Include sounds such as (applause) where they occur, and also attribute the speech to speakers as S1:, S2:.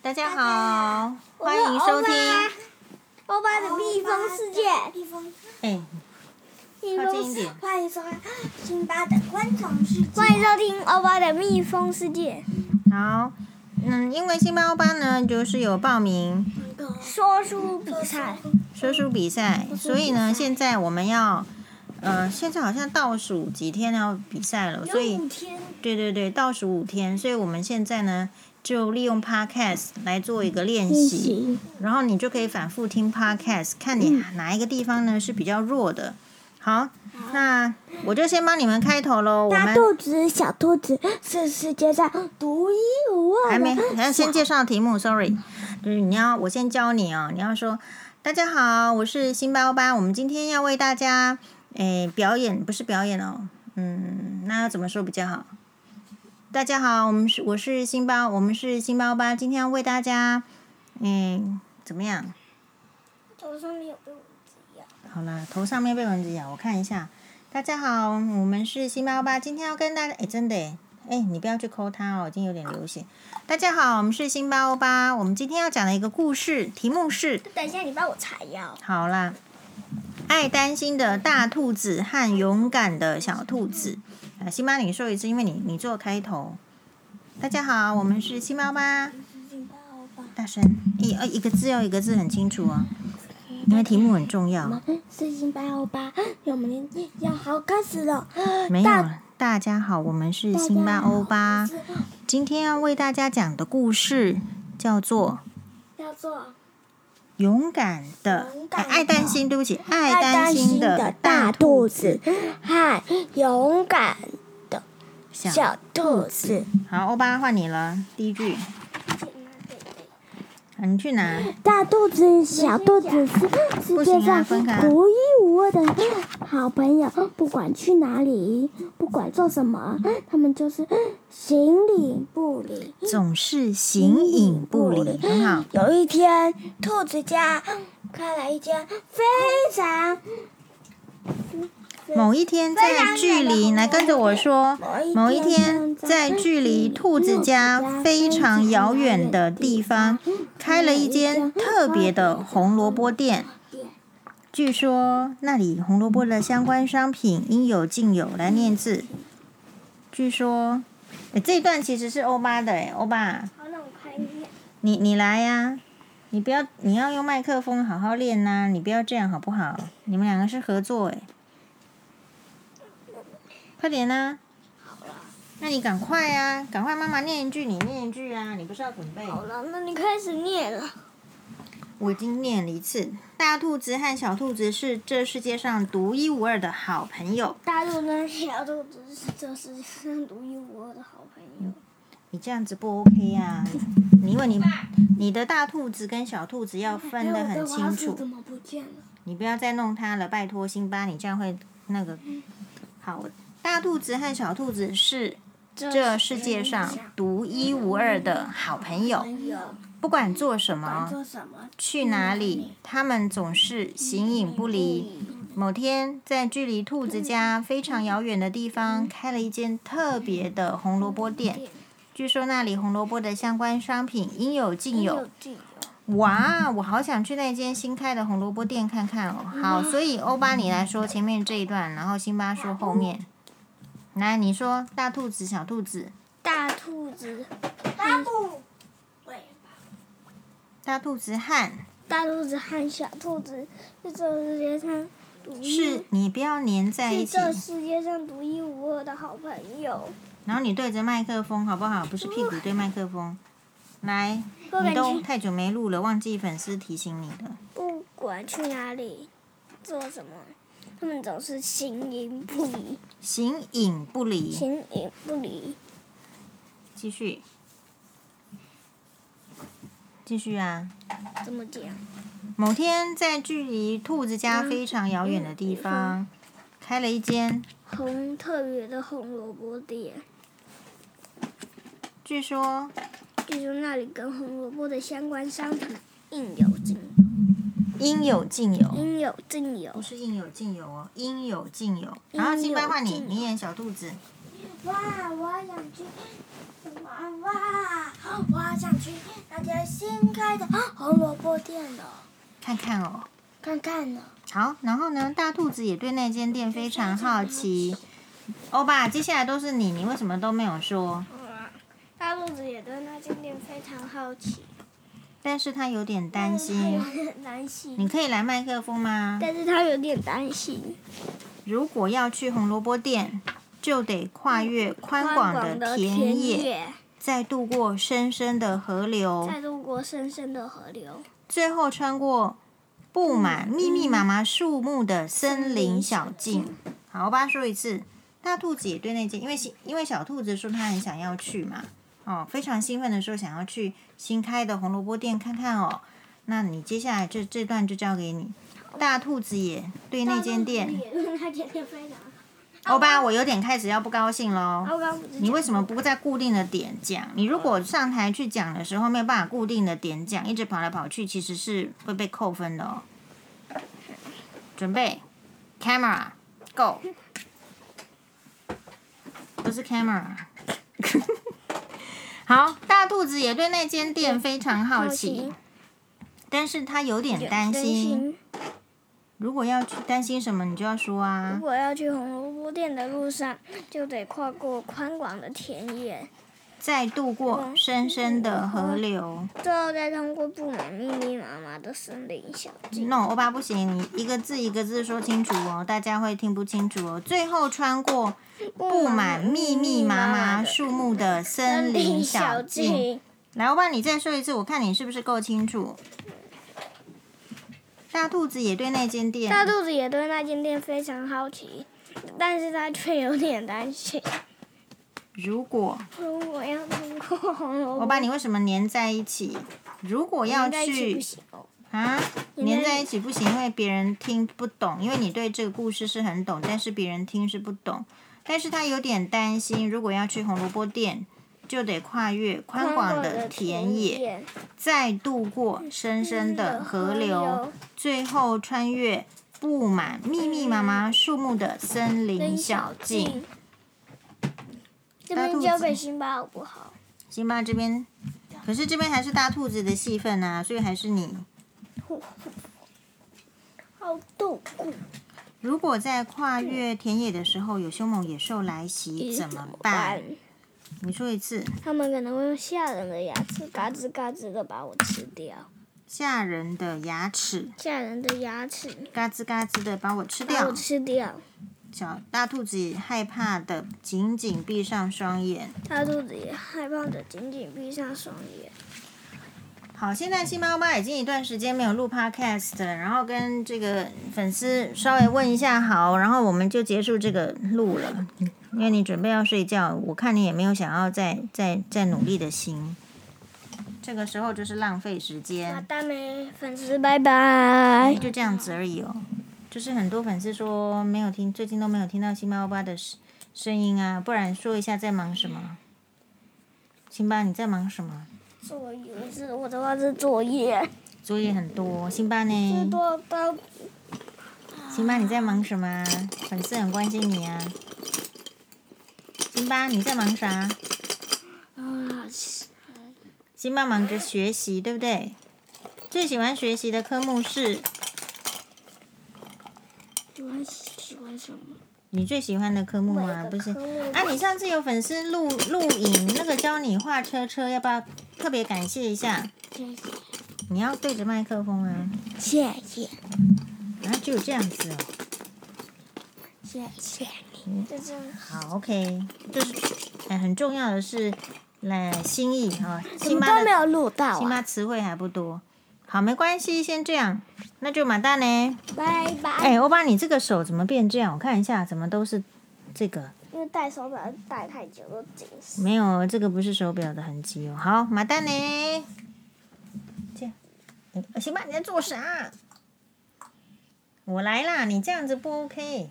S1: 大家
S2: 大家
S1: 好，欢迎收听。
S2: 欧巴的蜜蜂世界。蜜蜂，
S1: 哎，
S2: 蜜
S1: 靠近一点
S2: 欢迎收看辛巴的昆虫世界。欢迎收听欧巴的蜜蜂世界。
S1: 好，嗯，因为新包班呢，就是有报名
S2: 说书比赛，
S1: 说书比赛，所以呢，现在我们要，呃，现在好像倒数几天要比赛了，所以，
S2: 天
S1: 对对对，倒数五天，所以我们现在呢，就利用 podcast 来做一个练习，嗯然后你就可以反复听 podcast，看你哪一个地方呢是比较弱的。好，那我就先帮你们开头喽，我
S2: 大
S1: 们。
S2: 兔子、小兔子是世界上独一无二的。
S1: 还没，还要先介绍题目，sorry，就是你要我先教你哦，你要说大家好，我是辛巴欧巴，我们今天要为大家诶表演，不是表演哦，嗯，那要怎么说比较好？大家好，我们是我是辛巴，我们是辛巴欧巴，今天要为大家，嗯，怎么样？
S2: 头上面有被蚊子咬。
S1: 好啦，头上面被蚊子咬，我看一下。大家好，我们是辛巴欧巴，今天要跟大家，哎，真的哎，哎，你不要去抠它哦，已经有点流血。大家好，我们是辛巴欧巴，我们今天要讲的一个故事，题目是，
S2: 等一下，你帮我采药。
S1: 好啦，爱担心的大兔子和勇敢的小兔子。啊，辛巴，你说一次，因为你你做开头。大家好，我们是辛巴欧巴，大声，一呃一个字又一个字很清楚哦，因为题目很重要。
S2: 我们是辛巴欧巴，我们要好开始了。
S1: 没有啊
S2: 大，
S1: 呃大家好，我们是辛巴欧巴。今天要为大家讲的故事叫做《
S2: 要做
S1: 勇敢的
S2: 勇》
S1: 哎
S2: 敢的
S1: 爱担心，对不起，爱
S2: 爱
S1: 担
S2: 担
S1: 心
S2: 心
S1: 的
S2: 的
S1: 大
S2: 大
S1: 兔
S2: 兔
S1: 子
S2: 子和勇敢
S1: 小。
S2: 小兔子。
S1: 好，欧巴换你了，第一句，哎啊你去拿。
S2: 大兔子、小兔子是世界
S1: 不
S2: 上
S1: 行啊分开啊
S2: 独一无二的好朋友，不管去哪里，不管做什么，他们就是形影不离。
S1: 总是形影不离，很好。
S2: 有一天，兔子家开了一间非常
S1: 某一天在距离，来跟着我说。某
S2: 某
S1: 一
S2: 一
S1: 天
S2: 天，
S1: 在
S2: 在
S1: 距
S2: 距
S1: 离
S2: 离
S1: 兔
S2: 兔
S1: 子
S2: 子
S1: 家
S2: 家
S1: 非
S2: 非
S1: 常
S2: 常
S1: 遥
S2: 遥
S1: 远
S2: 远
S1: 的
S2: 的
S1: 地
S2: 地
S1: 方
S2: 方，
S1: 开了一间特别的红萝卜店。据说那里红萝卜的相关商品应有尽有。来念字。据说，诶这一段其实是欧巴的哎诶，欧巴，
S2: 好，那我拍一下。
S1: 你你来呀、你不要你要用麦克风好好练呐、你不要这样好不好？你们两个是合作诶。快点呐、那你赶快呀、赶快妈妈念一句，你念一句啊！你不是要准备？
S2: 好了，那你开始念了。
S1: 我已经念了一次，大兔子和小兔子是这世界上独一无二的好朋友。
S2: 大肚子、小肚子是这世界上独一无二的好朋友。
S1: 你这样子不 OK 呀、你因为你你的大兔子跟小兔子要分得很清
S2: 哎我的袜子怎
S1: 楚，
S2: 么不见了？
S1: 你不要再弄它了，拜托辛巴，你这样会那个。好，大兔子和小兔子是这世界上独一无二的好朋友，
S2: 朋友，
S1: 不管做什
S2: 管
S1: 么，
S2: 做什么？
S1: 去哪里，他们总是形影不离。
S2: 嗯
S1: 某天，在距离兔子家非常遥远的地方，开了一间特别的红萝卜店。据说那里红萝卜的相关商品应有尽有。
S2: 自由。
S1: 哇，我好想去那间新开的红萝卜店看看哦。好，所以欧巴你来说前面这一段，然后辛巴说后面。来，你说大兔子、小兔子，
S2: 大兔子，大兔，喂，
S1: 大兔子和
S2: 大兔子和小兔子是这世界上独一
S1: 是，你不要粘在一
S2: 是
S1: 起，
S2: 这世界上独一无二的好朋友。
S1: 然后你对着麦克风好不好？不是屁股对麦克风。来，
S2: 不
S1: 你
S2: 管
S1: 都
S2: 去
S1: 太久没录了，忘记粉丝提醒你了。
S2: 不管去哪里，做什么，他们总是形影不离，
S1: 形影不离。
S2: 形影不离。
S1: 继续，继续啊！
S2: 怎么讲？
S1: 某天，在距离兔子家非常遥远的地方，开了一间，
S2: 红特别的红萝卜店，
S1: 据说
S2: 据说那里跟红萝卜的相关商品应有尽
S1: 应有尽
S2: 有，
S1: 有，
S2: 应有尽有
S1: 不。是应有尽有哦，应有尽有。然后，
S2: 应有
S1: 新班换你，
S2: 尽有
S1: 你演小兔子。
S2: 哇，我想去，哇哇，我想去那间啊店了，
S1: 看看哦。
S2: 看看呢。
S1: 好，然后呢，大兔子也对那间店非常好奇。欧巴，接下来都是你，你为什么都没有说？
S3: 大肚子也对那间店非常好奇，
S1: 但是他有点担心。
S3: 有点担心，
S1: 你可以来麦克风吗？
S3: (laughs) 但是他有点担心。
S1: 如果要去红萝卜店，就得跨越宽广的田野，
S3: 野，
S1: 再渡过深深的河流，
S3: 再渡过深深的河流，
S1: 最后穿过布满密密麻麻树木的森林小径。好，我把它说一次。大兔子也对那间，因为小因为小兔子说它很想要去嘛，哦，非常兴奋的说想要去新开的红萝卜店看看哦。那你接下来这这段就交给你。大兔子也对那间店，
S3: 也对那间店非常好。
S1: 欧巴，我有点开始要不高兴喽。
S3: 啊我刚刚不是
S1: 你为什么
S3: 讲
S1: 不在固定的点讲？你如果上台去讲的时候没有办法固定的点讲，一直跑来跑去，其实是会被扣分的哦。准备，camera go，不是 camera。好，大兔子也对那间店非常好奇，但是他有
S3: 有
S1: 点
S3: 点
S1: 担
S3: 担
S1: 心。？如果要去担心什么，你就要说
S3: 如
S1: 啊。
S3: 果要去红萝卜店的路上，就得跨过宽广的田野，
S1: 再渡
S3: 啊
S1: 过深深的河流。
S3: 最后再通过布满密密麻麻的森林小径。
S1: no，欧巴不行，你一个字一个字说清楚哦，大家会听不清楚哦。最后穿过布满密密麻麻树木的森林小径。，来，欧巴，你再说一次，我看你是不是够清楚。大兔子也对那间店，
S3: 大肚子也对那间店非常好奇，但是他却有点担心。
S1: 如果
S3: 如果要通过红萝
S1: 欧
S3: 卜
S1: 巴，你为什么粘在一起？如果要
S3: 应该去
S1: 去
S3: 不行哦。
S1: 啊，
S3: 粘
S1: 粘
S3: 在
S1: 在一起不行，因为别人听不懂，因为你对这个故事是很懂，但是别人听是不懂。但是他有点担心，如果要去红萝卜店，就得跨越宽广的田野，，再渡过深深的河流，，最后穿越布满密密麻麻树木的森林小径。。
S3: 这
S1: 大肚
S3: 边
S1: 子
S3: 交给辛巴好不好？
S1: 辛巴这边，可是这边还是大兔子的戏份啊，所以还是你。
S3: 好肚骨，
S1: 如果在跨越田野的时候有凶猛野兽来袭，怎么办？？你说一次，
S3: 他们可能会用吓人的牙齿嘎吱嘎吱的把我吃掉，
S1: 吓人的牙齿，
S3: 吓人的牙齿
S1: 嘎吱嘎吱的把我吃
S3: 把
S1: 掉
S3: 我。吃掉。
S1: 小大兔子害怕的紧紧闭上双眼。
S3: 大肚子也害怕的紧紧闭上双眼。
S1: 好，现在新猫妈已经一段时间没有录 podcast，然后跟这个粉丝稍微问一下好，然后我们就结束这个录了，因为你准备要睡觉，我看你也没有想要再再再努力的心，这个时候就是浪费时间。
S3: 马大美粉丝拜拜。
S1: 就这样子而已哦。就是很多粉丝说没有听，最近都没有听到辛巴欧巴的声声音啊，不然说一下在忙什么？辛巴你在忙什么？
S3: 作业是我的话是作业，
S1: 作业很多，辛巴
S3: 最
S1: 呢？
S3: 多到
S1: 辛巴你在忙什么啊？粉丝很关心你啊。辛巴你在忙啥？
S3: 啊，
S1: 辛巴忙着学习，对不对？最喜欢学习的科目是
S3: 喜欢喜欢什么？
S1: 你最喜欢的科目吗？不是，啊，你上次有粉丝录录影，那个教你画车车，要不要特别感谢一下？你要对着麦克风啊，
S2: 谢谢
S1: 然后只有这样子哦。
S2: 谢谢
S3: 就这样。
S1: 好，OK，就是，哎，很重要的是，来心意哈，
S2: 你，
S1: 辛
S2: 们
S1: 巴
S2: 都没
S1: 的
S2: 有录到
S1: 辛
S2: 啊，
S1: 巴词汇还不多。好，没关系，先这样，那就马蛋呢？
S2: 啊
S3: 拜拜。
S1: 哎，欧巴，你这个手怎么变这样？我看一下，怎么都是这个？
S3: 因为戴手表戴太久都紧死。
S1: 没有，这个不是手表的痕迹哦。好，马蛋呢？这样，呃辛巴你在做啥？我来啦！你这样子不 OK。